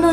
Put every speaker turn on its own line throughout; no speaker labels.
の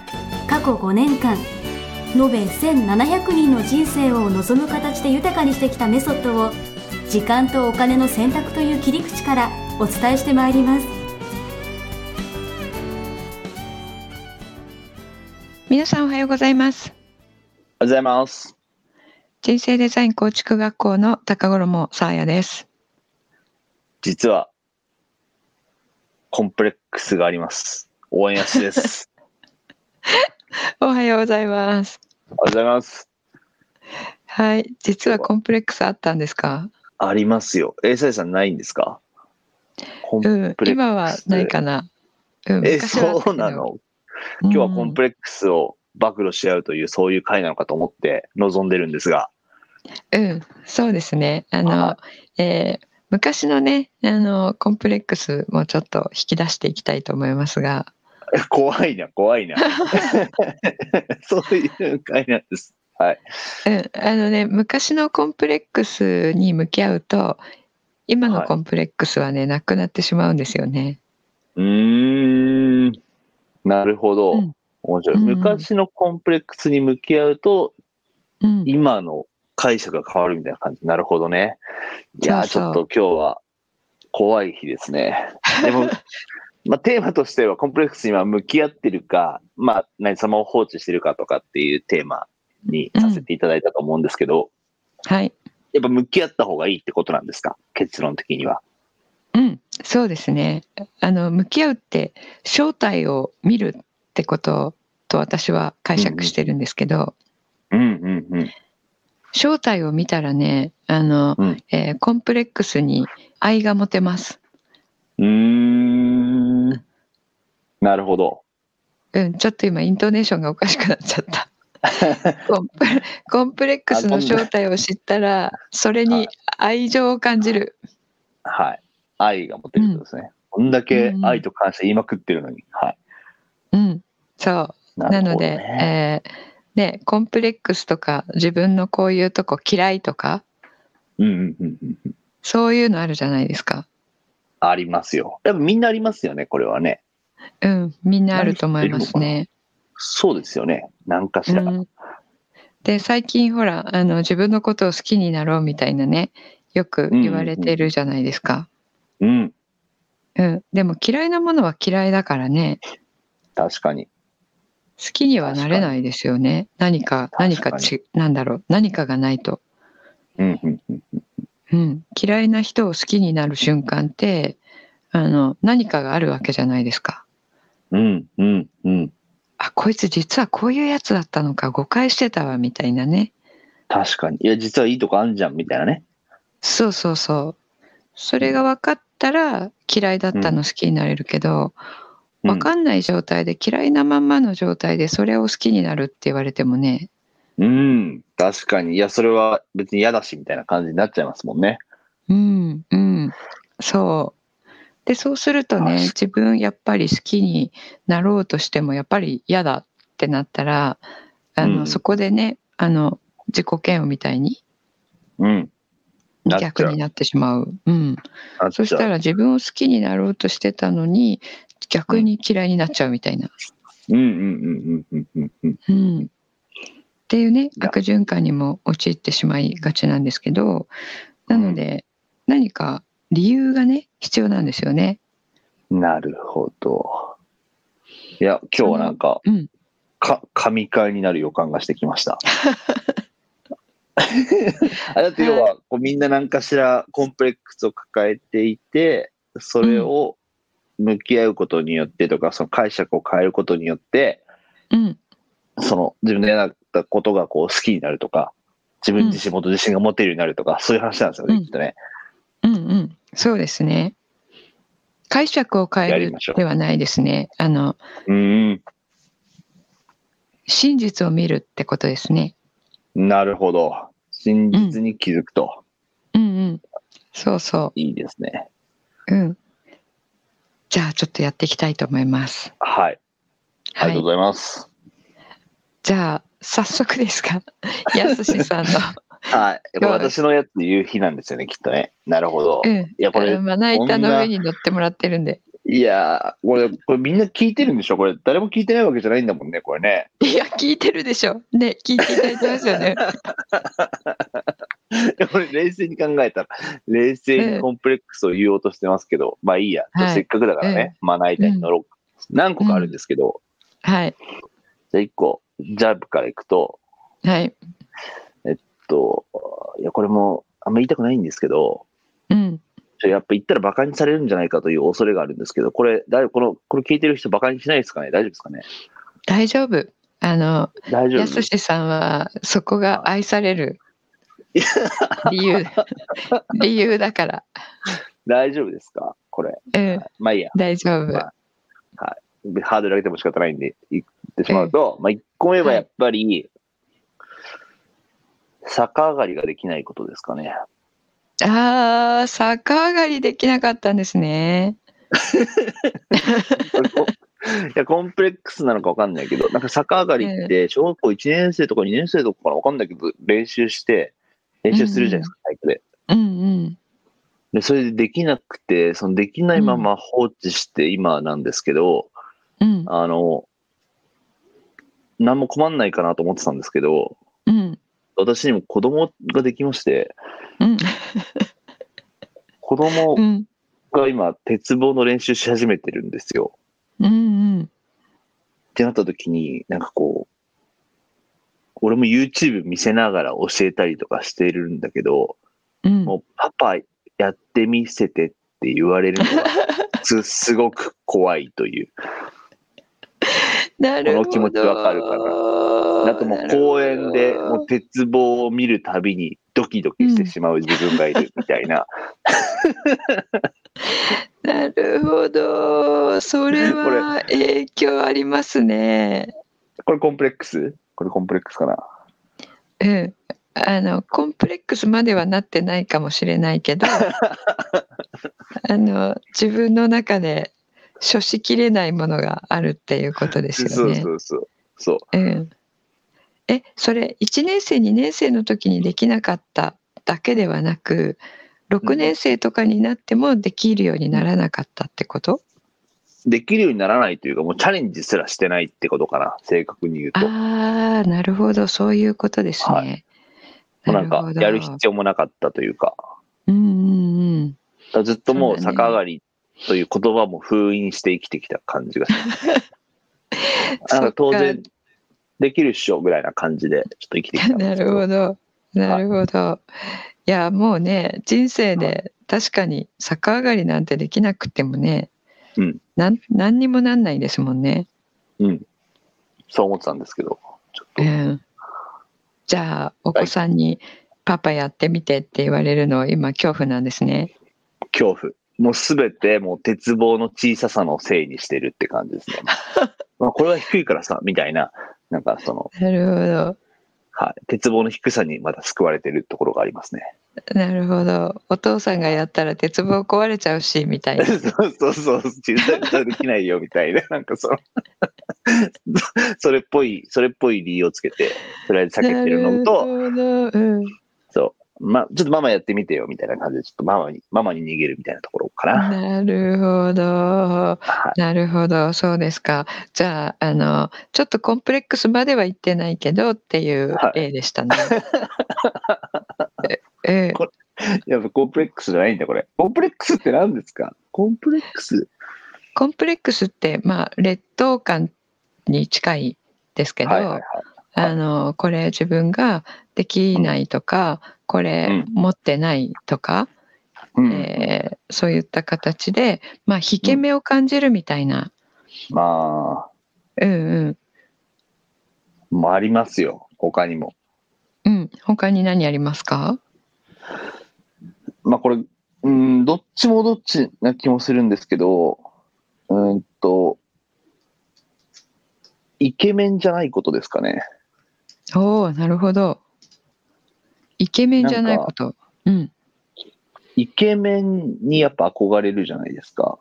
過去5年間延べ1700人の人生を望む形で豊かにしてきたメソッドを時間とお金の選択という切り口からお伝えしてまいります
皆さんおはようございます
おはようございます。
人生デザイン構築学校の高衣さあやです
実は、コンプレックスがあります。応援やしです。
おはようございます
おはようございます。
はい実はコンプレックスあったんですか
ありますよ。えー、さやさんないんですかコン
うん
プレックス
今はないかなうん
えー
昔はあったけど
そうなの今日はコンプレックスを暴露し合うという、そういう回なのかと思って臨んでるんですが。
うん、うんそうですねあの
は、
えー昔のねあのコンプレックスもちょっと引き出していきたいと思いますが
怖いな、怖いな。そういう回なんです。はい。
うん、あのね昔のコンプレックスに向き合うと今の
はい
コンプレックスはね、なくなってしまうんですよね。
うーん。なるほど。
うん
面白い。
うん
昔のコンプレックスに向き合うと、
うん、
今の解釈が変わるみたいな感じ。なるほどね。いやー、ち
そうそ
ょ
う
っと今日は怖い日ですね。でも、 まあ、テーマとしてはコンプレックスには向き合ってるか、まあ、何様を放置してるかとかっていうテーマにさせていただいたと思うんですけど、
はい、
やっぱ向き合った方がいいってことなんですか結論的には。
うん、そうですね。あの向き合うって正体を見るってことと私は解釈してるんですけど、
うんうんうん。
正体を見たらね、あの、
うん
えーコンプレックスに愛が持てます。
うーん。なるほど。
うん、ちょっと今イントネーションがおかしくなっちゃ った。コンプレコンプレックスの正体を知ったらそれに愛情を感じる、
はい。愛が持てるってことですね。こんだけ愛と感謝言いまくってるのに。はい。
うん、そう
な
なの
ほど
で、
ね
えーね、コンプレックスとか自分のこういうとこ嫌いとか
うんうんうんうん。
そういうのあるじゃないですか、
ありますよ。やっぱみんなありますよね、これはね。
うん、みんなあると思いますね。
そうですよね。何かし
う
ら。
ん、で最近ほらあの自分のことを好きになろうみたいなねよく言われてるじゃないですか、
うん、
うんでも嫌いなものは嫌いだからね
確かに。
好きにはなれないですよね何か何か
確か
ちなんだろう何かがないと
うんうんうん
うん、嫌いな人を好きになる瞬間ってあの何かがあるわけじゃないですか。
うんうんうん。
あこいつ実はこういうやつだったのか誤解してたわみたいなね
確かに。いや、実はいいとこあんじゃん、みたいなね。
そうそうそうそれが分かったら嫌いだったの好きになれるけど、
うん
分かんない状態で嫌いなまんまの状態でそれを好きになるって言われてもね
うん、確かに。いや、それは別に嫌だし、みたいな感じになっちゃいますもんね。
うんうんそうでそうするとね
あそう
自分やっぱり好きになろうとしてもやっぱり嫌だってなったらあの、
うん
そこでねあの自己嫌悪みたいに
うん。なっちゃう
逆になってしまううん、
あっ
そしたら自分を好きになろうとしてたのに逆に嫌いになっちゃうみたいな、
うんうんうんうんうんうんうん。
うん、っていうね
や
悪循環にも陥ってしまいがちなんですけどなので、何か理由がね必要なんですよね。
なるほど。いや、今日はなんか、
うん
か、神会になる予感がしてきま した。あだって要は、こうみんな何かしらコンプレックスを抱えていて、それを向き合うことによってとか、その解釈を変えることによって、
うん
その自分の嫌だったことがこう好きになるとか、自分自身もっと自信が持てるようになるとか、そういう話なんですよね、
うん
きっとね。
うんうん、そうですね。解釈を変え
やり
る
ましょう
ではないですね。あの
うん。
真実を見るってことですね。
なるほど。真実に気づくと。
うんうん。そうそ
いいですね。
う。うん。じゃあちょっとやっていきたいと思います。
はい。あ
は
りがとう
い。
ございます。
じゃあ早速ですが、 やすし さんの、
はい。やっぱ私のやつ言う日なんですよね、きっとね。なるほど。
うん、
いや、これ、
まな板の上に乗ってもらってるんで。
いやー、これ、これみんな聞いてるんでしょこれ、誰も聞いてないわけじゃないんだもんね、これね。
いや、聞いてるでしょ。ね、聞いていただいてますよね。
これ、冷静に考えたら、冷静にコンプレックスを言おうとしてますけど、まあいいや、
はい
せっかくだからね、まな板に乗ろう。何個かあるんですけど、
はい。
じゃあ1個、ジャブからいくと、
はい。
えっと、いや、これも、あんま言いたくないんですけど、
うん。
ちょやっぱ言ったらバカにされるんじゃないかという恐れがあるんですけど、これ、だいこの、これ聞いてる人バカにしないですかね大丈夫ですかね
大丈夫。あの、
大丈
や
夫
すしさんは、そこが愛され る理由、理由だから。
大丈夫ですかこれ。
うん、
まあいいや。
大丈夫。
まハードル上げても仕方ないんで、言ってしまうと、まあ、1個目はやっぱり、逆上がりができないことですかね。
ああ、逆上がりできなかったんですね。
これこいやコンプレックスなのか分かんないけど、なんか逆上がりって、小学校1年生とか2年生とかかな分かんないけど、練習して、練習するじゃないですか、体育で。
うん
で、それでできなくて、そのできないまま放置して、今なんですけど、
うん。うん。
あの、何も困んないかなと思ってたんですけど、
うん。
私にも子供ができまして、
うん。
子供
うん。
が今、鉄棒の練習し始めてるんですよ。
うん。うん。
ってなった時に、なんかこう、俺も YouTube 見せながら教えたりとかしてるんだけど、
うん。
もうパパやってみせてって言われるのが す、すごく怖いという。
なるほど。
この気持ちわかるかあともう公園でもう鉄棒を見るたびにドキドキしてしまう自分がいるみたいな。
なるほど。それは影響ありますね。
これコンプレックスこれコンプレックスかな
うん。あの、コンプレックスまではなってないかもしれない けど、あの、自分の中で処しきれないものがあるっていうことですよね。
そうそうそう。そう
うん。え、それ1年生、2年生の時にできなかっただけではなく、6年生とかになってもできるようにならなかったってこと、
できるようにならないというか、もうチャレンジすらしてないってことかな、正確に言うと。も
ああ、なるほど、そういうことですね。
はうなん
な
か
ほ、ど
やる必要もなかったというか、
うんうんうん。
だからずっともう
そうだね
逆上がりという言葉も封印して生きてきた感じ がします。なん
そっ
か
か
当然、できるっしょぐらいな感じで、ちょっと生きてきたん で
な
すけ
るほ
ど。
ど。なるほど。いや、もうね、人生で確かに逆上がりなんてできなくてもね、
うん
なん何にもなんないですもんね。
うん。そう思ってたんですけど、ちょっと
う。ん、じゃあ、お子さんに、パパやってみてって言われるのは今恐怖なんですね。
恐怖。もうすべてもう鉄棒の小ささのせいにしてるって感じです ね。まあこれは低いからさ、みたいな、なんかその、
なる
はい、鉄棒の低さにまだ救われてるところがありますね。
ほど。なるほど。お父さんがやったら鉄棒壊れちゃうし、みたいな。
そうそうそう、小さいからできないよみたいな、なんかその、 それっぽい、それっぽい理由をつけて、とりあえず避けてるのと、
なるほど。うん。
そう、ま、ちょっとママやってみてよみたいな感じで、ちょっとママに、ママに逃げるみたいなところか な。
なるほど。
はい。
なるほど。そうですか。じゃあ、あの、ちょっとコンプレックスまでは言ってないけどっていう
はい
例でしたね。ええ
やっぱコンプレックスじゃないんだ、これ。コンプレックスって何ですかコンプレックス
コンプレックスって、まあ、劣等感に近いですけど、
はいはいはい。
あのこれ自分ができないとか、これ
う
持ってないとか、
うん
えーそういった形で、まあ、引け目を感じるみたいな、
まあ、
うん、うん
もうありますよ、他にも。
うん他に何ありますか
まあこれ、うん、どっちもどっちな気もするんですけど、うーんと、イケメンじゃないことですかね。
おおなるほどイケメンじゃないことうん
イケメンにやっぱ憧れるじゃないですか。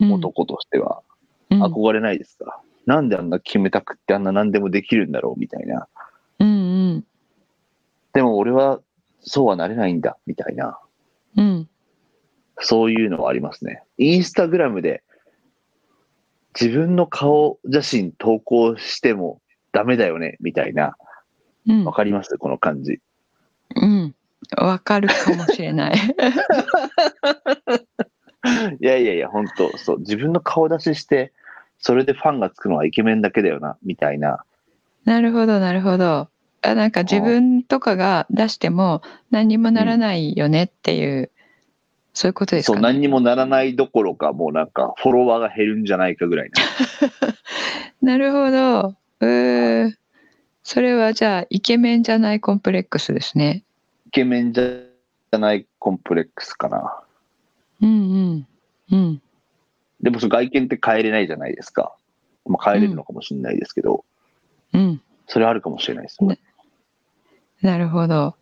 うん
男としては。
うん
憧れないですか。なんであんな決めたくってあんな何でもできるんだろうみたいな。
うん
でも俺はそうはなれないんだみたいな。
うんうん
そういうのはありますね。インスタグラムで自分の顔写真投稿してもダメだよねみたいな。
うん
わかりますこの感じ。
うんわかるかもしれない
いやいやいや、本当そう。自分の顔出しして、それでファンがつくのはイケメンだけだよな、みたいな。
なるほどなるほどあなんか自分とかが出しても何にもならないよねっていう、そういうことです
そう、
かね
何にもならないどころか、もうなんか、フォロワーが減るんじゃないかぐらいな。
なるほどうーそれはじゃあイケメンじゃないコンプレックスですね
イケメンじゃないコンプレックスかな。
うんうんうん
でも、外見って変えれないじゃないですか。まあ、変えれるのかもしれないですけど、
うん
それはあるかもしれないですよね。
なるほど。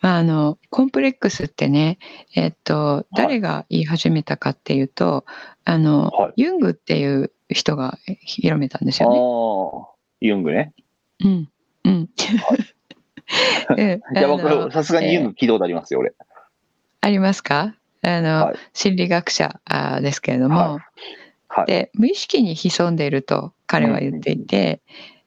まあ、あのコンプレックスってね、えっと、誰が言い始めたかっていうと、あの
はい
ユングっていう人が広めたんですよね。
ああ、ユングね。
うん うん。うん
いや、
あの
僕、さすがにユング聞いたことありますよ、俺。
ありますかあの、
はい
心理学者あーですけれども、
ははい
で無意識に潜んでいると彼は言っていて、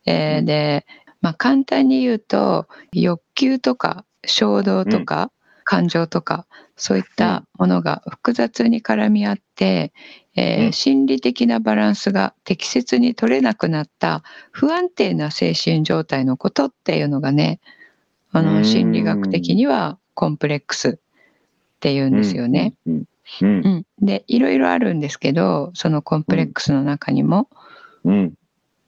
えーで、まあ、簡単に言うと欲求とか衝動とか、感情とかそういったものが複雑に絡み合って、えー
うん
心理的なバランスが適切に取れなくなった不安定な精神状態のことっていうのがねあ
うー
の
ん
心理学的にはコンプレックスっていうんですよね。
うん。うん。
うん、でいろいろあるんですけどそのコンプレックスの中にも、
うん。うん。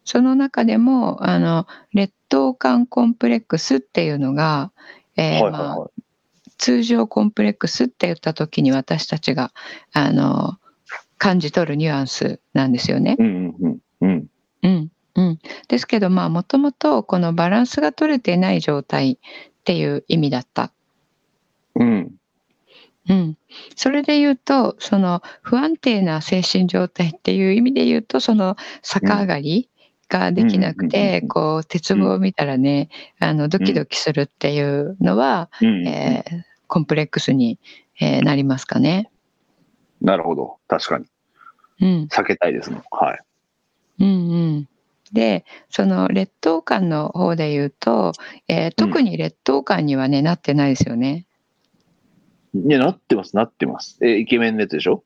その中でもあの劣等感コンプレックスっていうのが、えー
はいはい
まあ
は
通常コンプレックスって言った時に私たちがあの感じ取るニュアンスなんですよね。
い。うんうんうん。うん。
うんうん、ですけどまあもともとこのバランスが取れていない状態っていう意味だった
うん。
うん、それで言うとその不安定な精神状態っていう意味で言うとその逆上がりができなく
うんうんうん
て
うん
こう鉄棒を見たらねあのドキドキするっていうのは、
うん。
えーコンプレックスに、えーなりますかね。
なるほど。確かに。
うん
避けたいですもん。はい。
うんうん、でその劣等感の方で言うと、えー特に劣等感にはねなってないですよね。
いや、なってます、なってます。え、イケメンのやつでしょ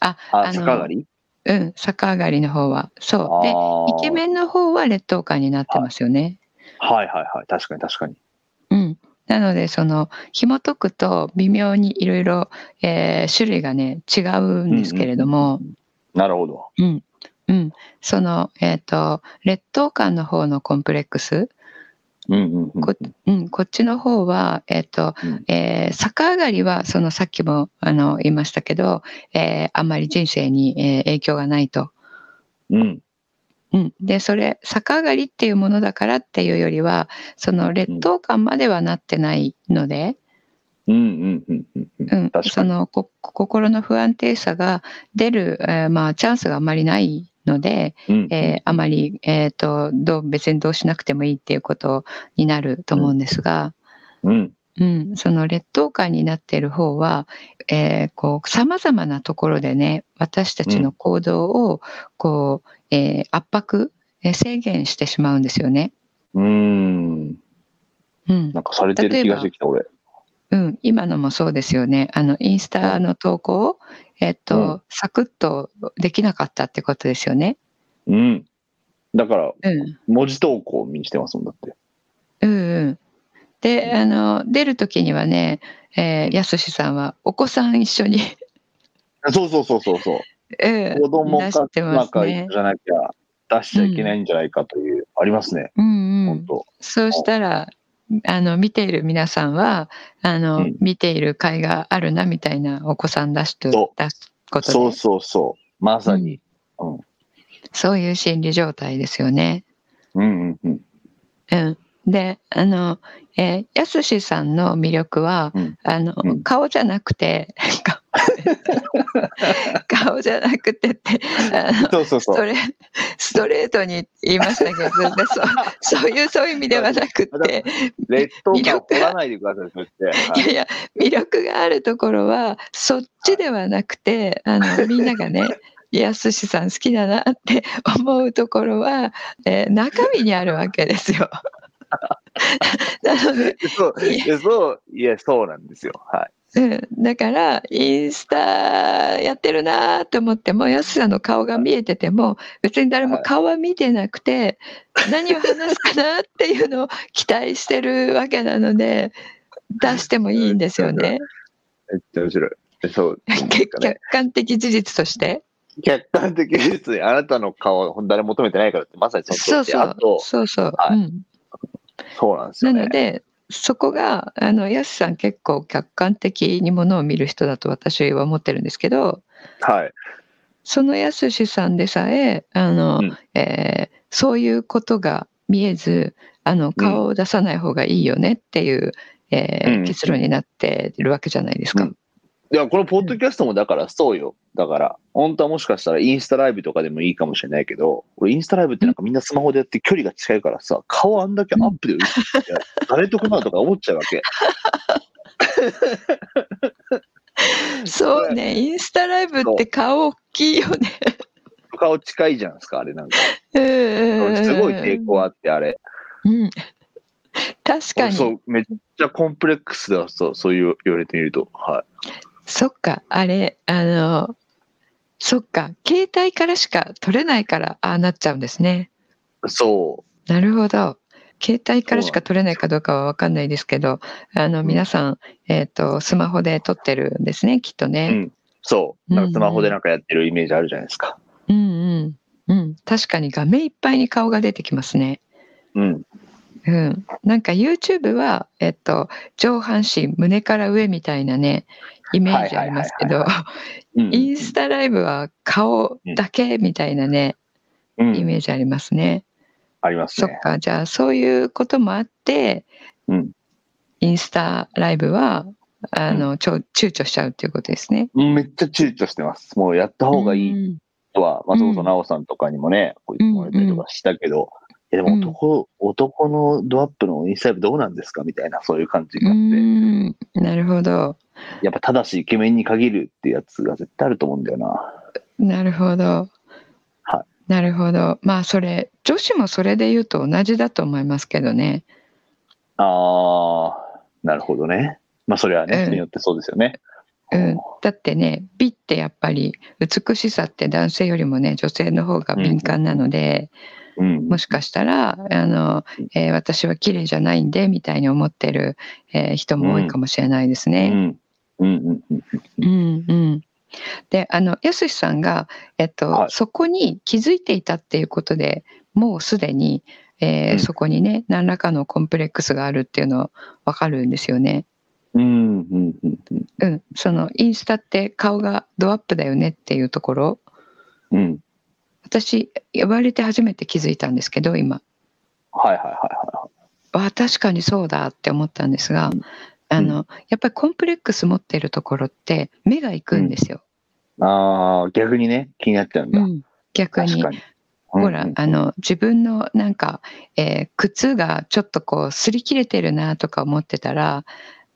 あ
あ、
あの
逆上がり
うん、逆上がりの方はそうでイケ
ン。
メンの方は劣等感になってますよね。
はいはいはい。確かに確かに。
うん、なのでその紐解くと微妙にいろいろえー種類がね違うんですけれども、
なるほど。
うんうんその、えー、と劣等感の方のコンプレックス、
うんうんうん。
こうん、こっちの方は、えーと
うん
えー逆上がりはそのさっきもあの言いましたけど、えーあんまり人生に、えー影響がないと。
うん。
うん、でそれ逆上がりっていうものだからっていうよりはその劣等感まではなってないので、
うんうんうんうんうん。
うん
確か、に
そのこ心の不安定さが出る、えーまあ、チャンスがあまりないので、
うん
えーあまり、えー、とどう別にどうしなくてもいいっていうことになると思うんですが、
うん。
うんその劣等感になっている方はさまざまなところでね私たちの行動をこう、えー圧迫えー制限してしまうんですよね。
うん。
うん
なんかされてる気がしてきた、俺。
うん、今のもそうですよね。あの、インスタの投稿を、えっと、
うん
サクッとできなかったってことですよね。
うん。だから、
うん。
文字投稿にしてますもんだって。
うんうん。で、あの、出るときにはね、えー、やすしさんはお子さん一緒 に、
そうそうそうそうそう。
うん、
子供
出
か
してます
仲いい
ね
ん。じゃなきゃ出しちゃいけないんじゃないかという、ありますね。
うんう
本
ん。
当。
そうしたら、あの、見ている皆さんは、あの、
うん
見ている甲斐があるな、みたいなお子さん出しと、
そ
出すことで
そうそうそう。まさに。
そういう心理状態ですよね。
うんうんうん。
うん、であの、えー、やすしさんの魅力は、
うん
あの
うん
顔じゃなく て顔じゃなくてってあの
そうそう
ス
そ
ト
う。
レストレートに言いましたけどそうそういうそういう意味ではなくて
劣等感を取らないでください、そして。はいい
やいや魅力があるところはそっちではなくてあのみんなが ねやすしさん好きだなって思うところは、えー中身にあるわけです よ。なので
そう、いや、そう、いや、そうなんですよ。はい。
うん、だからインスタやってるなーって思ってもやすさんの顔が見えてても別に誰も顔は見てなくて何を話すかなっていうのを期待してるわけなので出してもいいんですよね
めっちゃ面白い。そう。
客客観的事実として
客観的事実にあなたの顔は誰も求めてないからって、まさにそ
そ
の
う
通り
そ
で、あ
う
と、
そうそう、
は
う
い
ん、
そうなんです
な
よ
の
ね。
でそこがあのやすさん結構客観的にものを見る人だと私は思ってるんですけど、
はい。
そのやすしさんでさえあの、
うん
えーそういうことが見えずあの顔を出さない方がいいよねっていう、えー
うん
結論になってるわけじゃないですか。
うんいや、このポッドキャストもだから、そうよ。だから、本当はもしかしたらインスタライブとかでもいいかもしれないけど、俺インスタライブってなんかみんなスマホでやって距離が近いからさ、顔あんだけアップで映って、誰とこなとか思っちゃうわけ。
そうねインスタライブって顔大きいよ ね。
顔近いじゃないですか、あれなんか。
うん
すごい抵抗あって、あれ。
うん確かに
そ、
そう
めっちゃコンプレックスだ、そう、そういう言われてみると。は
っかあれあのそっか携帯からしか撮れないからああなっちゃうんですね。
い。そ
なるほど。携帯からしか撮れないかどうかは分かんないですけど、あの
ん
皆さん、えっとスマホで撮ってるんですね、きっと
う。う
ね。
ん。そう。なんかスマホでなんかやってるイメージあるじゃないですか。
うん、うん、うん確かに画面いっぱいに顔が出てきますね。
うん。
うん、なんか YouTube は、えっと、上半身胸から上みたいなねイメージありますけど
うん、
インスタライブは顔だけみたいなね、
うん
イメージありますね。
あります
そ
ね。
っかじゃあそういうこともあって、
うん
インスタライブはあのちょ躊躇しちゃうっていうことですね。
うんめっちゃ躊躇してます。もうやった方がいい
い。
とは、松本直さんとかにもね、こう言ってもらったりとかしたけど、いやでも男、男のドアップのインスタライブどうなんですかみたいな、そういう感じ
う
があって、
んなるほど
やっぱただしイケメンに限るってやつが絶対あると思うんだよな。
なるほど。
は
なるほどまあそれ女子もそれで言うと同じだと思いますけどね
あー、なるほどね。まあそれは
ええ
ね、人によってそうですよね。
うんだってね美ってやっぱり美しさって男性よりもね女性の方が敏感なので、
うん。
もしかしたらあの、えー私は綺麗じゃないんでみたいに思ってる、えー人も多いかもしれないです
う
ね。
ん。うんうんうん。
うんうんであのやすしさんが、えっと
はい
そこに気づいていたっていうことでもうすでに、えー
うん
そこにね何らかのコンプレックスがあるっていうのわかるんですよね。
うんうんうんうん。
うん、そのインスタって顔がドアップだよねっていうところ
うん。
私言われて初めて気づいたんですけど今
はいはいはいは
は確かにそうだって思ったんですが、
うん
あのやっぱりコンプレックス持ってるところって目が行くんですよ、
い。あー、逆にね、気になっちゃうんだ。
うん逆に
確かに。
ほら、
うんうん
あの自分のなんか、えー靴がちょっとこう擦り切れてるなとか思ってたら、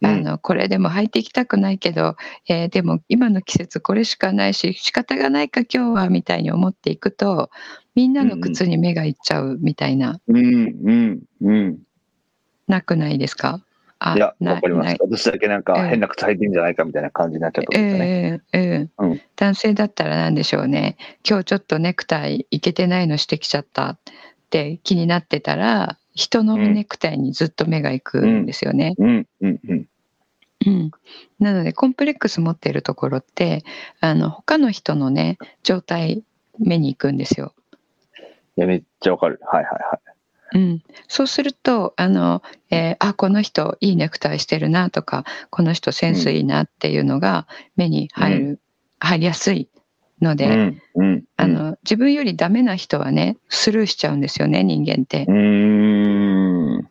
あのこれでも履いていきたくないけど、えーでも今の季節これしかないし仕方がないか今日はみたいに思っていくとみんなの靴に目が行っちゃうみたいな、
うんうんうん。
なくないですかあ
いや、
な
わかりま
な
す
い。
私だけなん
え
か
え
変な靴履いてんじゃないかみたいな感じになっちゃったんですよね。
ええええ
うん
男性だったら何でしょうね今日ちょっとネクタイいけてないのしてきちゃったって気になってたら人の
うん
ネクタイにずっと目が行くんですよね、
うん、うん、うん。
うんなのでコンプレックス持っているところってあの他の人のね状態目に行くんですよ、
いや、めっちゃわかる。はいはいは
うん、そうするとあの、えーあこの人いいネクタイしてるなとかこの人センスいいなっていうのが目に入る、入りやすいので、
うんうん
あの自分よりダメな人はねスルーしちゃうんですよね人間って
う。ーん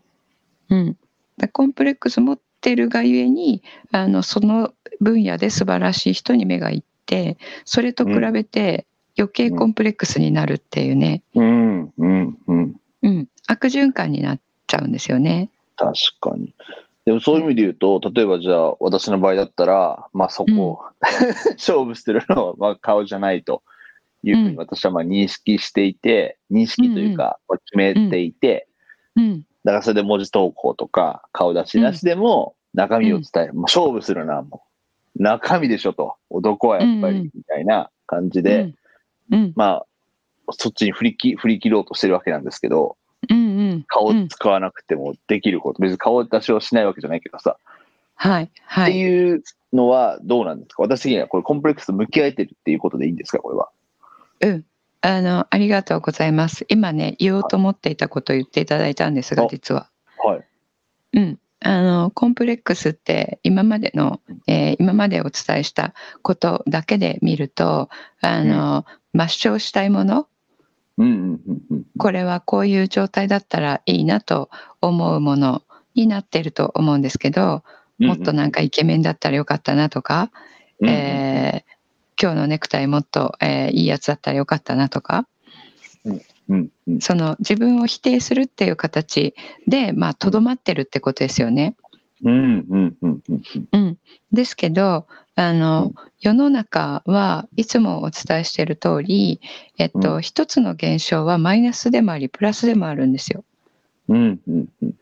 うん、だコンプレックス持ってるがゆえにあのその分野で素晴らしい人に目がいってそれと比べて余計コンプレックスになるっていうね、
うんうんうん
うん、悪循環になっちゃうんですよね。
確かに。でもそういう意味で言うと、例えばじゃあ私の場合だったら、まあそこを、 勝負してるのは、まあ、顔じゃないというふう
うん
に私はまあ認識していて、認識というか、まあ決めていて、
うん、
だからそれで文字投稿とか顔出しなしでも中身を伝える。もう勝負するな、もう。中身でしょと。男はやっぱ
うんうん
り、みたいな感じで、
うん、
まあ、そっちに振りき振り切ろうとしてるわけなんですけど、
うん、うん、う
顔を
ん、
使わなくてもできること、別に顔出しをしないわけじゃないけどさ、
はい、は
って
い。
いうのはどうなんですか私的にはこれコンプレックスと向き合えてるっていうことでいいんですかこれは。
うん、あの、ありがとうございます。今ね、言おうと思っていたことを言っていただいたんですが、
お
実は。
はい。
うん、あのコンプレックスって今までの、えー今までお伝えしたことだけで見るとあの、抹消したいもの
うんうんうんうん。
これはこういう状態だったらいいなと思うものになってると思うんですけどもっとなんかイケメンだったらよかったなとか、
うんうん、
えー今日のネクタイもっと、えーいいやつだったらよかったなとか
うんうん
その自分を否定するっていう形でまあとどまってるってことですよね。
うんうんうんうん
うん、ですけどあの、
うん
世の中はいつもお伝えしている通り、えっと
う
一つの現象はマイナスでもありプラスでもあるんですよ。
うんうんうん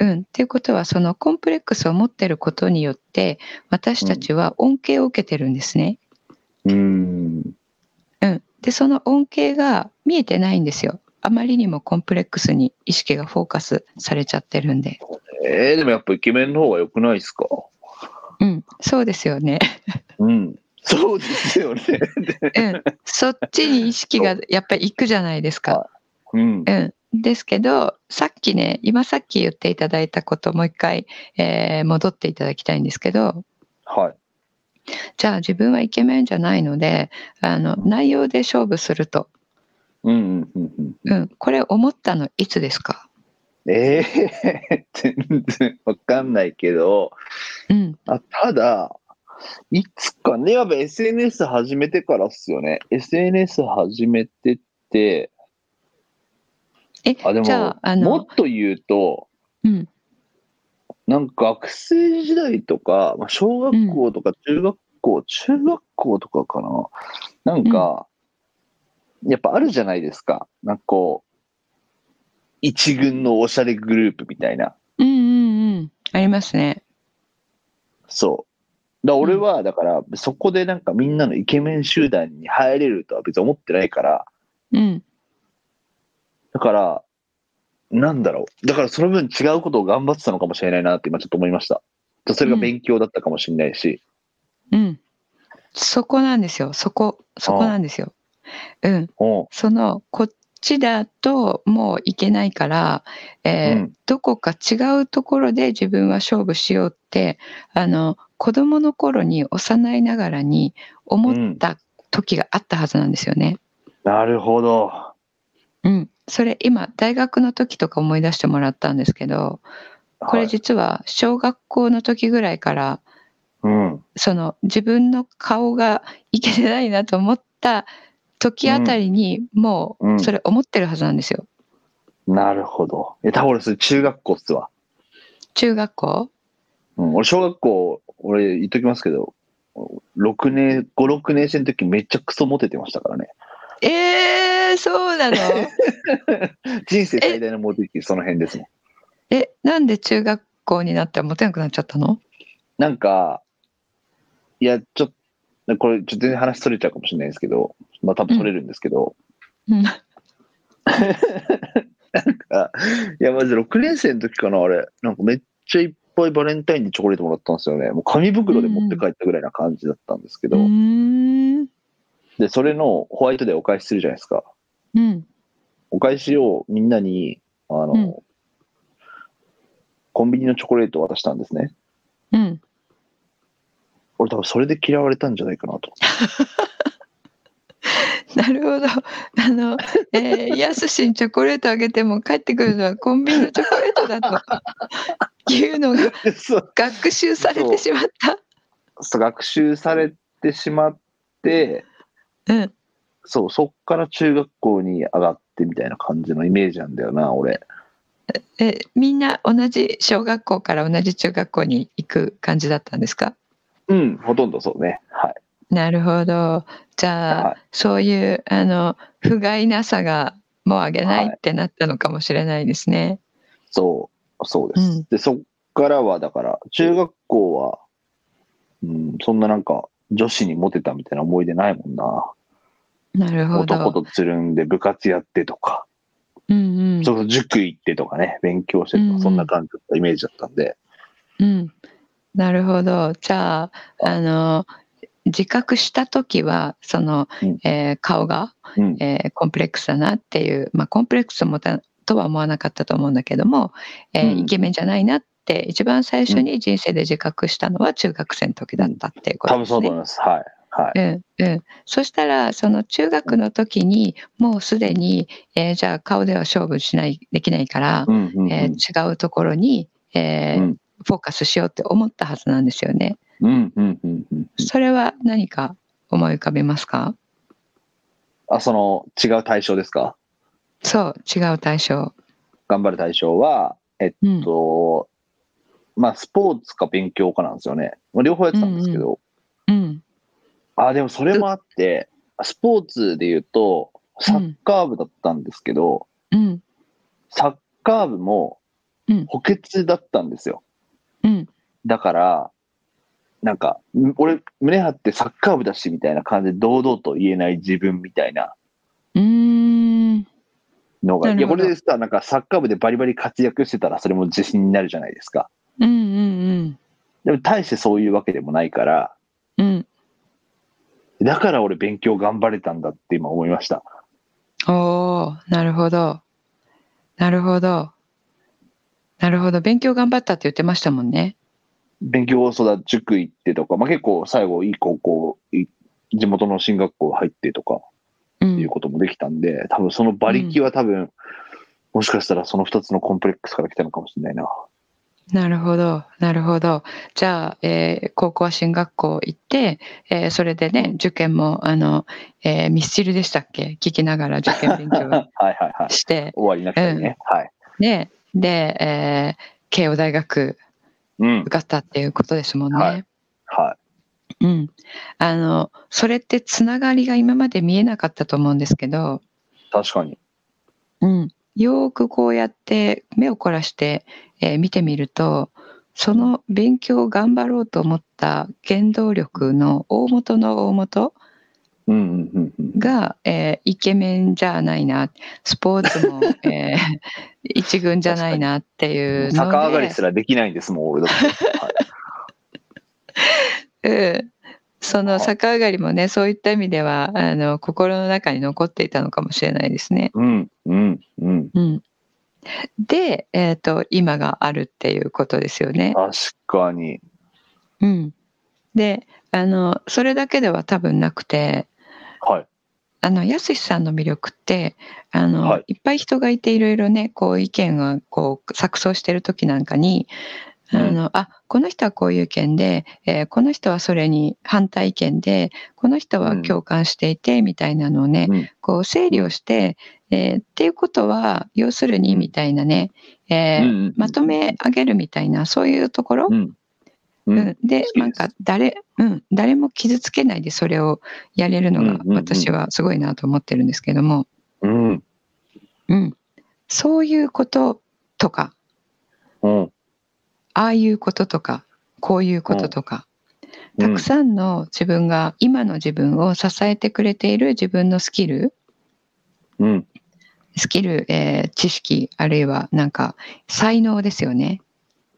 うん、っていうことはそのコンプレックスを持ってることによって私たちは恩恵を受けてるんですね。
うん
うん、でその恩恵が見えてないんですよ。あまりにもコンプレックスに意識がフォーカスされちゃってるんで。
えー、でもやっぱイケメンの方が良くないですか
うん、そうですよね。
うん。そうですよね。
うん、そっちに意識がやっぱり行くじゃないですか。
うん。
うん、ですけどさっきね今さっき言っていただいたこともう一回、えー戻っていただきたいんですけど
はい。
じゃあ自分はイケメンじゃないのであの内容で勝負すると、
うんうんうんうん。
うん、これ思ったのいつですか、
ええー、全然わかんないけど、
うん、
あただ、いつかね、やっぱ SNS 始めてからっすよね。SNS 始めてって、
え
あ、で
じゃあ
も、
あ
もっ
の、
と言うと、
うん
なんか学生時代とか、まあ、小学校とか中学校、中学校とかかな。なんか、やっぱあるじゃないですか。なんかこう、一軍のおしゃれグループみたいな。
うんうんうん、ありますね。
そう。だから俺は、だから、そこでなんかみんなのイケメン集団に入れるとは別に思ってないから、
うん
だから、なんだろう。だからその分違うことを頑張ってたのかもしれないなって今ちょっと思いました。それが勉強だったかもしれないし。
うん、そこなんですよそこそこなんですよ。うん、
うん。
そのこっちだともういけないから、えー
うん
どこか違うところで自分は勝負しようってあの子供の頃に幼いながらに思った時があったはずなんですよね。
なるほど。
うん、それ今大学の時とか思い出してもらったんですけどこれ
はい
実は小学校の時ぐらいから
うん。
その自分の顔がいけてないなと思った時あたりにもうそれ思ってるはずなんですよ。
なるほど。え、タオルス中学校っすわ。
中学校
うん。俺、小学校、俺言っときますけど、6年、5、6年生の時めっちゃクソモテてましたからね。
えー、そうなの
人生最大のモテ期、その辺ですもん。
えなんで中学校になってモテなくなっちゃったの
なんか、いや、ちょっと、これ、ちょっと全然話それちゃうかもしれないですけど、まあ多分それるんですけど、
うん
いや、まず6年生の時かな、あれ。なんかめっちゃいっぱいバレンタインでチョコレートもらったんですよね。もう紙袋で持って帰ったぐらいな感じだったんですけ
う
ど、
ーん
で、それのホワイトデーお返しするじゃないですか。
うん
お返しをみんなに、あの、
うん
コンビニのチョコレートを渡したんですね。
うん
俺多分それで嫌われたんじゃないかなと思って。
なるほど。 あの、えー、やすしにチョコレートあげても帰ってくるのはコンビニのチョコレートだというのが
そう
学習されてしまった。
そう学習されてしまって、
うん。
そう、そっから中学校に上がってみたいな感じのイメージなんだよな、俺。
え、みんな同じ小学校から同じ中学校に行く感じだったんですか
うん、ほとんどそうね。はい。
なるほど。じゃあ、
は
そういう、あの、不甲斐なさがもうあげないってなったのかもしれないですね。
い、そう、そうです。
うん
で、そっからは、だから、中学校は、うん、そんななんか、女子にモテたみたいな思い出ないもんな。
なるほ
男
ど。
とつるんで部活やってとか、
うんうん。
そうそう塾行ってとかね、勉強して
う
と
んうん
か、そんな感じだったイメージだったんで、
うん、なるほど。じゃあ、あの、自覚した時は、その、
うん
えー顔が、
うん、
えーコンプレックスだなっていう、まあ、コンプレックスを持たとは思わなかったと思うんだけども、えー
うん
イケメンじゃないなって、一番最初に人生で自覚したのは中学生の時だったっていうこ
多
とです
分そうだと
ね。
思います。はい。は
うんうん、そしたらその中学の時にもうすでに、えーじゃあ顔では勝負しないできないから、
い。うん、うん、うん。
えー違うところに、えー
うん
フォーカスしようって思ったはずなんですよね。
うん、うん、うん、うん。
それは何か思い浮かべますか
あ、その、違う対象ですか
そう違う対象。
頑張る対象は、えっ
うん
と、まあ、スポーツか勉強かなんですよね。まあ、両方やってたんですけど、
うん
あ、でもそれもあって、スポーツで言うと、サッカー部だったんですけど、
うん
サッカー部も
うん
補欠だったんですよ。
うん
だから、なんか、ん俺、胸張ってサッカー部だしみたいな感じで堂々と言えない自分みたいな
うーん
のが、
ないる
や、
ほ
こ
ど
れでさ、なんかサッカー部でバリバリ活躍してたらそれも自信になるじゃないですか。
うんうん
でも、大してそういうわけでもないから、
うんうん
だから俺勉強頑張れたんだって今思いました。
おーなるほどなるほどなるほど勉強頑張ったって言ってましたもんね。
勉強を育て、塾行ってとか、まあ、結構最後いい高校い、地元の進学校入ってとか
う
ってい
ん
うこともできたんで、多分その馬力は多分、もしかしたらその2つのコンプレックスから来たのかもしれないな。
なるほど、なるほど。じゃあ、えー高校は進学校行って、えーそれでね、受験も、あの、えーミスチルでしたっけ聞きながら受験勉強
はいはいはい。
して、
終わりなくてね。はい。
で、で、えー慶応大学
うん。
受かったっていうことですもんね。
はいは
うん。あの、それってつながりが今まで見えなかったと思うんですけど、
い。確かに。
うん、よーくこうやって目を凝らして、えー見てみるとその勉強を頑張ろうと思った原動力の大元の大元
うんうんうんうん。
が、えーイケメンじゃないなスポーツも、えー一軍じゃないなっていうの
逆上がり
です
らできないんですもん、俺 だって。はい
うん、その
はい
逆上がりもねそういった意味ではあの心の中に残っていたのかもしれないですね。
うんうんうん。
うん、で、えー、と今があるっていうことですよね。
確かに。
うん、であのそれだけでは多分なくて
はい。
あのやすしさんの魅力ってあの、
はい
い、っぱい人がいていろいろねこう意見がこう錯綜してる時なんかにあの、あこの人はこういう意見で、えーこの人はそれに反対意見でこの人は共感していてみたいなのをね、
うん
こう整理をして、えーっていうことは要するにみたいなね、えー
うんうん
まとめ上げるみたいなそういうところ
うん。う。
うんん、で
好きです
なんか誰,、うん、誰も傷つけないでそれをやれるの
う
が
んうんうん
私はすごいなと思ってるんですけども、
うん。
うん、そういうこととか
うん。
ああいうこととかこういうこととか、たくさんの自分が今の自分を支えてくれている自分のスキル
うん。
スキル、えー知識あるいはなんか才能ですよね。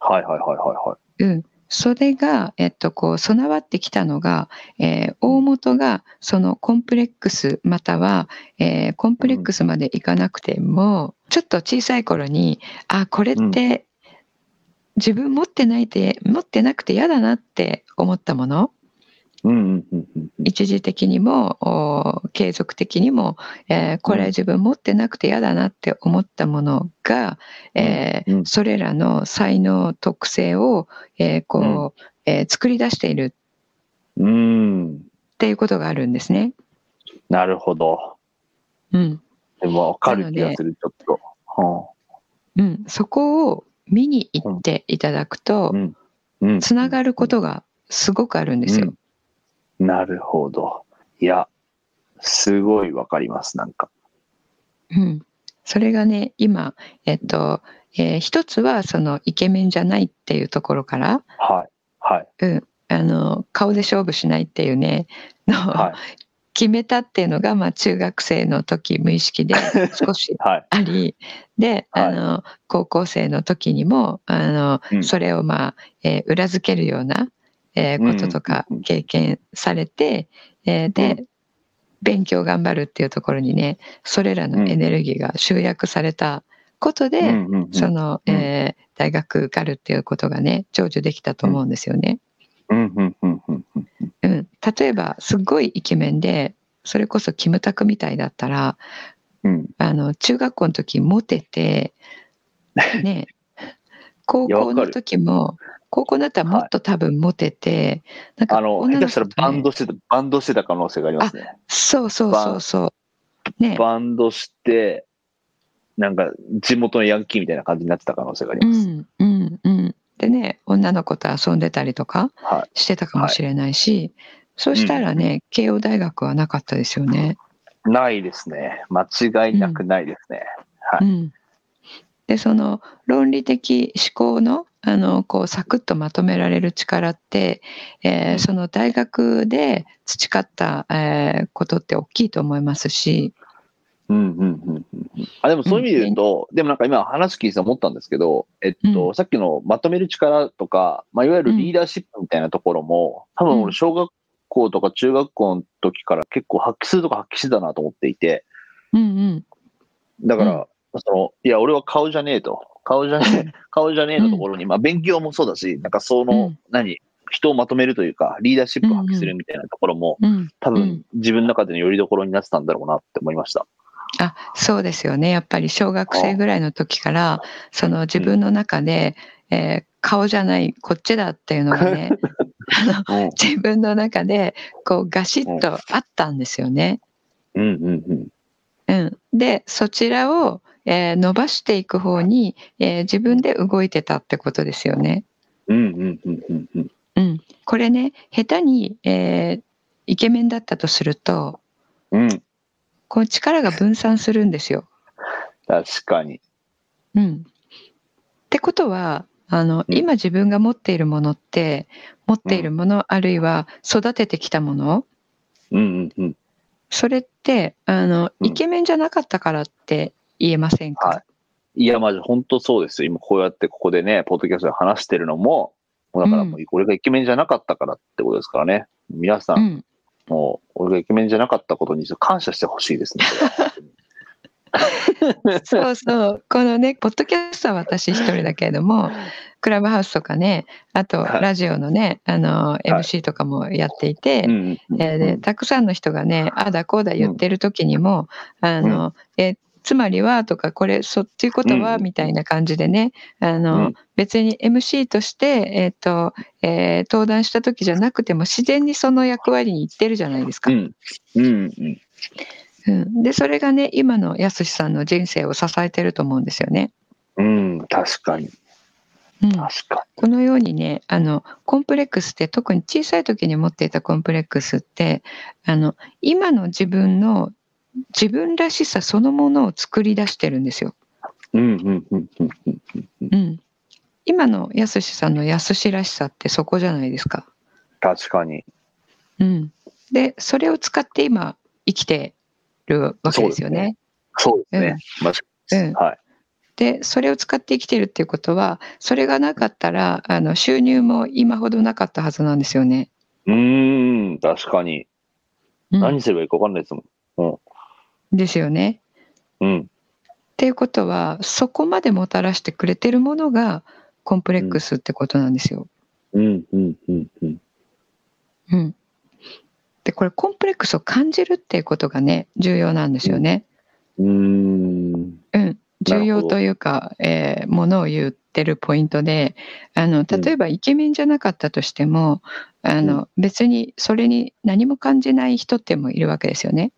はいはいはいはいはい。
うん、それが、えっと、こう備わってきたのが、えー大元がそのコンプレックスまたは、えーコンプレックスまでいかなくても、ちょっと小さい頃にあこれって自分持ってないで持ってなくて嫌だなって思ったもの
うんうんうんうん
一時的にもお継続的にも、えーこれ自分持ってなくて嫌だなって思ったものが、えー
うん
それらの才能特性を、えーこうえー作り出している
うん。
っていうことがあるんですね。
なるほど。
うん
でも分かる気がする、ちょっと。は
うん、そこを見に行っていただくと、
あうん
つながることがすごくあるんですよ。
うんなるほど。いや、すごいわかります、なんか。
うん、それがね今、えっとえー一つはそのイケメンじゃないっていうところから
はい。はい。
あの顔で勝負しないっていうねの、
は
決めたっていうのが、まあ、中学生の時無意識 で少し
はい。
ありで、
はい
あの高校生の時にもあの、
うん
それを、まあえー裏付けるような、えーこととか
うんうんうん
経験されて、えーで、
う
勉強頑張るっていうところにねそれらのエネルギーが集約されたことで、
うんうんうん
その、
うん
えー大学受かるっていうことがね成就できたと思うんですよね。
うんうんうんうんうん
うん、例えばすっごいイケメンでそれこそキムタクみたいだったら
うん
あの中学校の時モテ て、ね、高
いや
校
わか
の
る
時も高校になったらもっと多分モテて、なんか
あの、
女
下
の
手し
人
たら
と
バ
ね
ンドしてた、バンドしてた可能性がありますね。
そうそうそうそうね
バンドして、なんか、地元のヤンキーみたいな感じになってた可能性があり
う
ます。
んうんうんでね女の子と遊んでたりとか
は
してたかもしれないし、そうしたらね、慶応大学はなかったですよね。
い。ないですね。間違いなくないですね。は
う
い。
ん、でその論理的思考のあのこうサクッとまとめられる力って、えー
うん
その大学で培った、えーことって大きいと思いますし、
うんうんうんうんうんあでもそういう意味で言うと、でもなんか今話聞いてて思ったんですけど、えっと、
う
さっきのまとめる力とか、まあ、いわゆるリーダーシップみたいなところも、多分
うん
俺小学校とか中学校の時から結構発揮するとか発揮してたなと思っていて、
うん
だか
う
ら、その、いや、俺は顔じゃねえと。顔じゃねえ、顔じゃねえのところに、まあ勉強もそうだし、なんかそうの
ん、
何、人をまとめるというか、リーダーシップを発揮するみたいなところも、
うんうん、
多
うん
分自分の中でのよりどころになってたんだろうなって思いました。
あそうですよねやっぱり小学生ぐらいの時からその自分の中で、えー顔じゃないこっちだっていうのが ねあの
うん
自分の中でこうガシッとあったんですよね。
うんうんうん。
うん、でそちらを、えー伸ばしていく方に、えー自分で動いてたってことですよね。
うんうんうんうんうん。
うん、これね下手に、えーイケメンだったとすると
うん、
こう力が分散するんですよ。
確かに。
うん、ってことはあの
うん
今自分が持っているものって持っているものあるいは育ててきたもの
うんうんうん。
それってあの
うん
イケメンじゃなかったからって言えませんか、
はいいや、まじ、本当そうですよ。今、こうやってここでね、ポッドキャストで話してるのも、もうだからもう、俺がイケメンじゃなかったからってことですからね。皆さ、
うんん、
もう、俺がイケメンじゃなかったことに感謝してほしいですね。
そうそう。 このね、ポッドキャストは私一人だけれども、クラブハウスとかね、あと
はい
ラジオのね、あの、
い
MC とかもやっていて、
うんうん
えーでたくさんの人がね、ああだこうだ言ってる時にも、あの、えーつまりはとか、これ、そっていうことは、
うん
みたいな感じでね、あの、
うん
別に MC として、えっ、と、えー登壇した時じゃなくても、自然にその役割に行ってるじゃないですか。
うん。うんうん。
うん、で、それがね、今のやすしさんの人生を支えてると思うんですよね。
うん、確かに。
うん、
確か
このようにねあのコンプレックスって特に小さい時に持っていたコンプレックスってあの今の自分の自分らしさそのものを作り出してるんですよ。
に。うんうんうんうんうん。
うん、今のやすしさんのやすしらしさってそこじゃないですか。
確かに。
うん、でそれを使って今生きてるわけですよね。
そうですね。まじ
うん
はい。
でそれを使って生きてるっていうことはそれがなかったらあの収入も今ほどなかったはずなんですよね。
うーん、確かに。
うん
何すればいいか分かんないですもん。
ですよね。
うん。
っていうことはそこまでもたらしてくれてるものがコンプレックスってことなんですよ。
うんうんうんうん。
うん、ってこれコンプレックスを感じるっていうことがね重要なんですよね。
うーん。
うん、
なるほど
重要というか、えーものを言ってるポイントであの例えばイケメンじゃなかったとしても、あの別にそれに何も感じない人ってもいるわけですよね。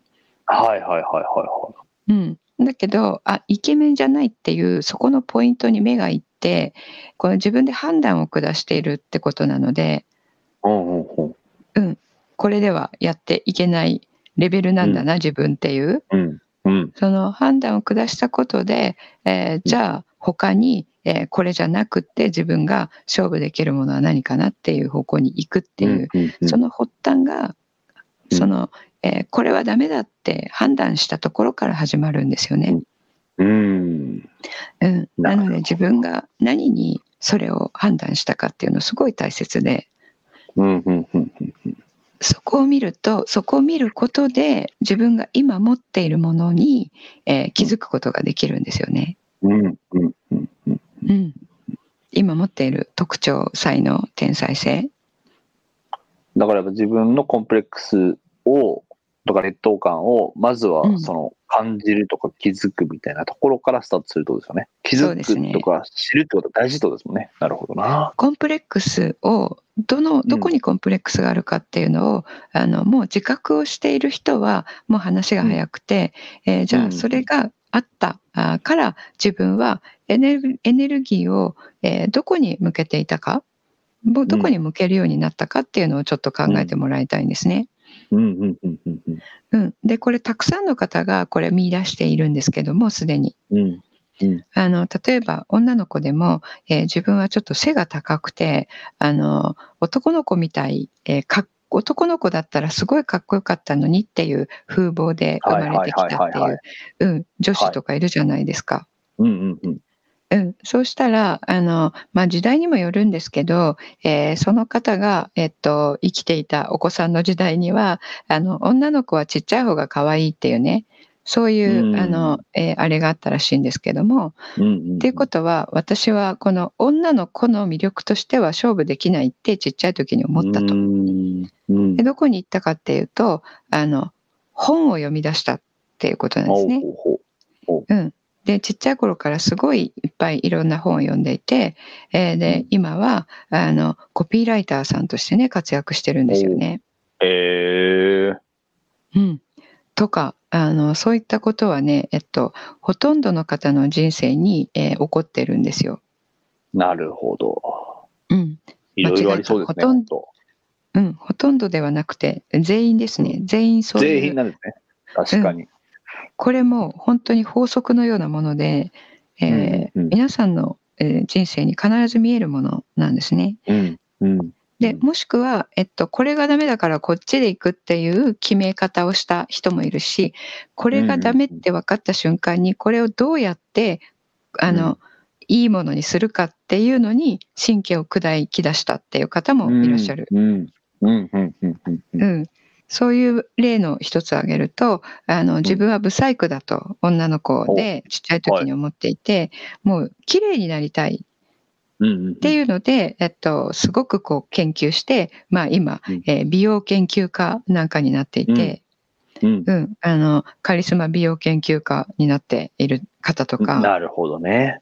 はいはいはいはいは
うん、だけどあイケメンじゃないっていうそこのポイントに目がいってこの自分で判断を下しているってことなので
い。うんうんうん。
これではやっていけないレベルなんだな、自分っていう
うん。うん。
その判断を下したことで、えーじゃあ他に、えーこれじゃなくって自分が勝負できるものは何かなっていう方向に行くっていう、
うんうん
その発端が
うん
その、えーこれはダメだって判断したところから始まるんですよね。
うん。
うん、な
なるほど
ので自分が何にそれを判断したかっていうのすごい大切で
うんうんうんうん。
そこを見るとそこを見ることで自分が今持っているものに、えー気づくことができるんですよね。
うんうんうんうん。
うん、今持っている特徴才能天才性
だからやっぱ自分のコンプレックスを、とか劣等感を、まず
う
は
ん
その感じるとか気づくみたいなところからスタートするってことですよね。気
そうです
づ
ね
くとか知るってことは大事ってことですもんね。なるほどな。
コンプレックスをどのどこにコンプレックスがあるかっていうのを、あのもう自覚をしている人はもう話が早くて、えーじゃ
う
あ
ん
それがあったあーから自分はエネルエネルギーを、えーどこに向けていたかもうどこに向けるようになったかっていうのをちょっと考えてもらいたいんですね。
うんうんうんうんうん。
うん、でこれたくさんの方がこれ見出しているんですけどもすでに。
うん
あの例えば女の子でも、えー自分はちょっと背が高くてあの男の子みたい、えーかっ男の子だったらすごいかっこよかったのにっていう風貌で生まれてきたって
はいはいはいはい
い
はいう
うん女子とかいるじゃないですか。
うんうん
うん、そうしたらあの、まあ、時代にもよるんですけど、えーその方が、えっと、生きていたお子さんの時代にはあの女の子はちっちゃい方が可愛いっていうねそういう、
うん
あのえーあれがあったらしいんですけども、
うんうん。
っていうことは私はこの女の子の魅力としては勝負できないってちっちゃい時に思ったと。
うんうん
でどこに行ったかっていうとあの本を読み出したっていうことなんですね。
ほうほう
でちっちゃい頃からすごいいっぱいいろんな本を読んでいて、えー
うん
で今はあのコピーライターさんとしてね活躍してるんですよね。
えー
うん、とかあのそういったことはね、えっと、ほとんどの方の人生に、えー起こってるんですよ。
なるほど。
うん
いろいろありそうですね。
間違いなくほとん
ほん
うん、ほとんどではなくて全員ですね全員
と
そう
全
い
員
う
なんですね。確かに。
これも本当に法則のようなもので、えー
うんうん
皆さんの、えー人生に必ず見えるものなんですね。
うん。うん。
で
うん
もしくは、えっと、これがダメだからこっちで行くっていう決め方をした人もいるしこれがダメって分かった瞬間にこれをどうやってあの、
うん
いいものにするかっていうのに神経を砕き出したっていう方もいらっしゃる。
うん。うん。うん。うん。うん。うん
うん、そういう例の一つ挙げるとあの自分はブサイクだと女の子でちっちゃい時に思っていて、もう綺麗になりたい
うん。うん
っていうので、えっと、すごくこう研究して、まあ、今、
うん
えー美容研究家なんかになっていて、
うん。
うんあのカリスマ美容研究家になっている方とか、
なるほどね。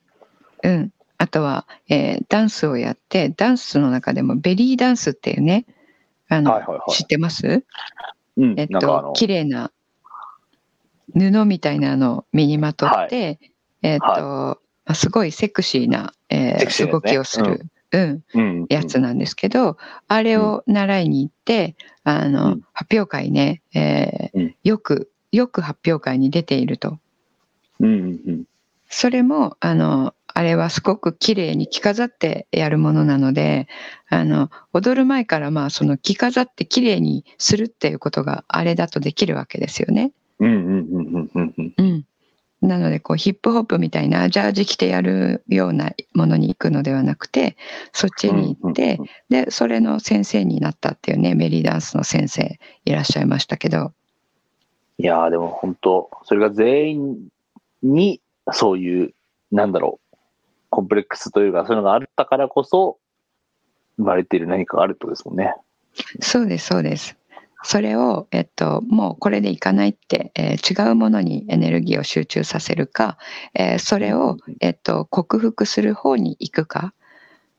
うん、あとは、えーダンスをやってダンスの中でもベリーダンスっていうねあの、
はいはいはい
知ってます
うん。
えっ
なんかあ
と
の、
綺麗な布みたいなのを身にまとって、えっと、
はい
まあすごいセクシーな、えー
セクシーですね
動きをする、うん、
うん
やつなんですけど、あれを習いに行って、あの、
うん
発表会ね、えー
うん
よく、よく発表会に出ていると。
うんうんうん。
それも、あの、あれはすごく綺麗に着飾ってやるものなので、あの、踊る前からまあその着飾って綺麗にするっていうことがあれだとできるわけですよね。
うんうんうんうんうんうん。
うん、なのでこうヒップホップみたいなジャージ着てやるようなものに行くのではなくてそっちに行って、
うん
でそれの先生になったっていうねメリーダンスの先生いらっしゃいましたけど、
いやーでも本当、それが全員に、そういう、なんだろう、コンプレックスというか、そういうのがあったからこそ、生まれている何かがあるってことですもんね。
そうですそうです。それを、えっと、もうこれでいかないって、えー違うものにエネルギーを集中させるか、えーそれを、えっと、克服する方に行くか、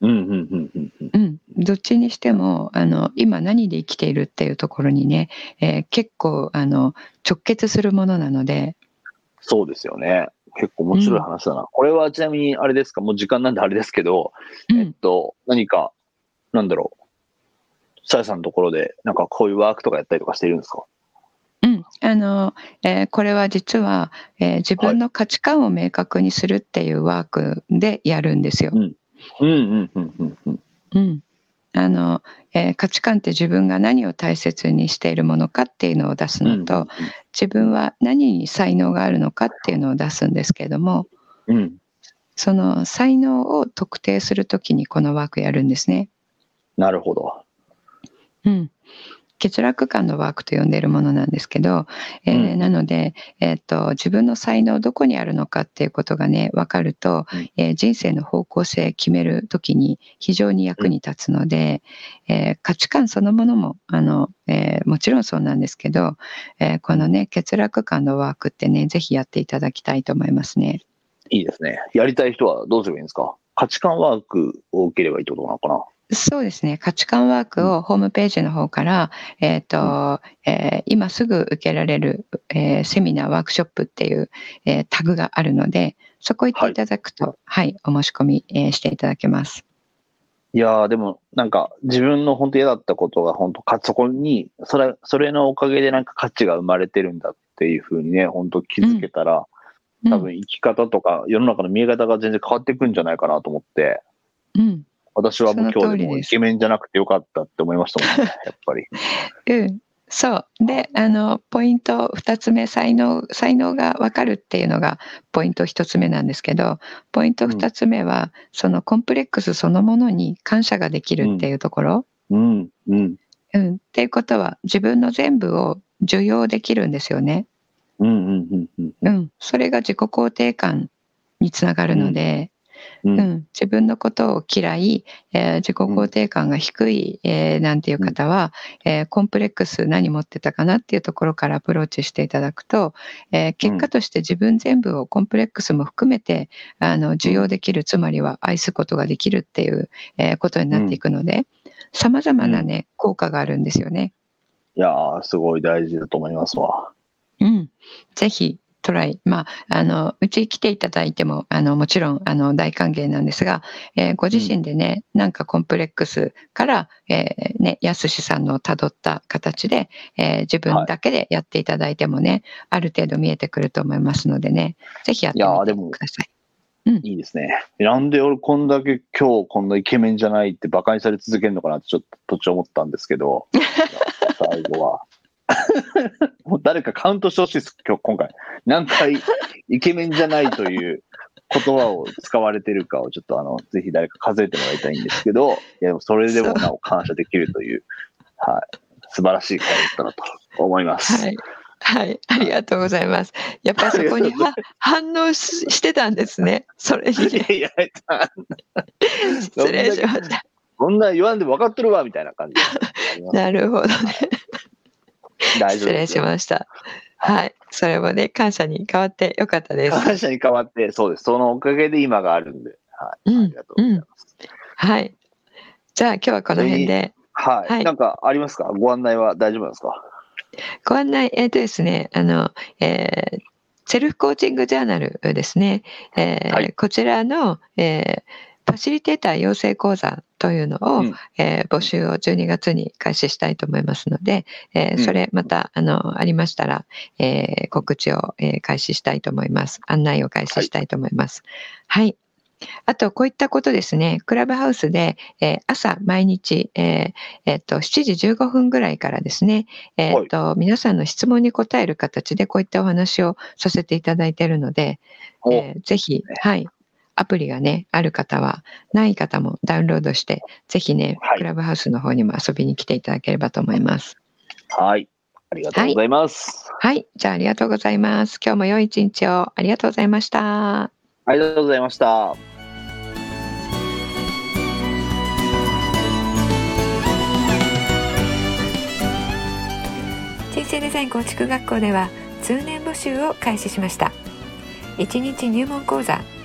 うんうんうんうんうん。
うん、どっちにしてもあの今何で生きているっていうところにね、えー結構あの直結するものなので
そうですよね。結構面白い話だな。これはちなみにあれですか、もう時間なんであれですけど、
うん
えっと、何か、なんだろう。さやさんのところで、なんかこういうワークとかやったりとかしてるんですか
うん、あの、えーこれは実は、えー自分の価値観を明確にするっていうワークでやるんですよ。
うんうんうんうんうん。
うん、あの、えー価値観って自分が何を大切にしているものかっていうのを出すのと、自分は何に才能があるのかっていうのを出すんですけれども
うん。うん。
その才能を特定するときにこのワークやるんですね。
なるほど。
うん、欠落感のワークと呼んでいるものなんですけど、えー
うん
なので、えー、と自分の才能どこにあるのかっていうことがね分かると、
うん
えー人生の方向性決める時に非常に役に立つので、えー価値観そのものもあの、えーもちろんそうなんですけど、えーこのね欠落感のワークってねぜひやっていただきたいと思いますね。
いいですね。やりたい人はどうすればいいんですか価値観ワークを受ければいいってことなのかな
そうですね価値観ワークをホームページの方から、えーとえー今すぐ受けられる、えーセミナーワークショップっていう、えータグがあるのでそこ行っていただくと、はいお申し込み、えーしていただけます。
いやーでもなんか自分の本当嫌だったことが本当かそこにそれそれのおかげでなんか価値が生まれてるんだっていうふうにね本当気づけたら、
うん
多分生き方とか世の中の見え方が全然変わってくんじゃないかなと思って
うん
私はもう
その
今
通り
日
です
でもイケメンじゃなくてよかったって思いましたも んねやっぱり。
うんそうであのポイント2つ目才能才能が分かるっていうのがポイント1つ目なんですけどポイント2つ目は、そのコンプレックスそのものに感謝ができるっていうところ、
うんうん
うん、っていうことは自分の全部を受容できるんですよね。
うんうんうんうん
うん、それが自己肯定感につながるので、
う
うんん自分のことを嫌い、えー自己肯定感が低い、えーなんていう方は、えーコンプレックス何持ってたかなっていうところからアプローチしていただくと、えー結果として自分全部をコンプレックスも含めてあの受容できるつまりは愛すことができるっていう、えーことになっていくのでさまざまなね効果があるんですよね。
いやーすごい大事だと思いますわ。
うん、ぜひトライ、まあ、あのうち来ていただいてもあのもちろんあの大歓迎なんですが、えーご自身でね、なんかコンプレックスから、えーね、やすしさんのたどった形で、えー自分だけでやっていただいてもね、ある程度見えてくると思いますのでねぜひやって
いやーで
み
も
てください。
いいですね。なんで俺こんだけ今日こんなイケメンじゃないって馬鹿にされ続けるのかなってちょっと途中思ったんです けど、最後は。 もう誰かカウントしてほしいです、今日、今回。何回イケメンじゃないという言葉を使われてるかをちょっとあの、ぜひ誰か数えてもらいたいんですけど、いやでもそれでもなお感謝できるという、はい、素晴らしい回だったなと思います。
はいはい、ありがとうございます。やっぱりそこには反応ししてたんですね。 それに、ね、
いやいや、
失礼しました。
こんなん言わんでも分かっとるわ、みたいな感じ。 あります
なるほどね。
大丈
失
夫
礼
です
し
よ。
ました。はい。それもね、感謝に変わってよかったです。
感謝に変わって、そうです。そのおかげで今があるんで。はい。
うん
ありがとうございます。
はい。じゃあ今日はこの辺で。
はい、
はい
なんかありますかご案内は大丈夫なんですか
ご案内、えっ、とですね、あの、えーセルフコーチングジャーナルですね。えー
はい
こちらの、えーファシリテーター養成講座というのを、
うん
えー募集を12月に開始したいと思いますので、えー
うん
それまた、あの、ありましたら、えー告知を、えー開始したいと思います。案内を開始したいと思います。はい。あと、こういったことですね、クラブハウスで、えー朝毎日、えーえっと7時15分ぐらいからですね、えーっと皆さんの質問に答える形でこういったお話をさせていただいているので、
お
えーぜひ、はい、アプリがねある方はない方もダウンロードしてぜひね、
はい
クラブハウスの方にも遊びに来ていただければと思います。
はい。ありがとうございます。
はい、じゃあありがとうございます。今日も良い一日をありがとうございました。
ありがとうございました。
生デザイン構築学校では通年募集を開始しました1日入門講座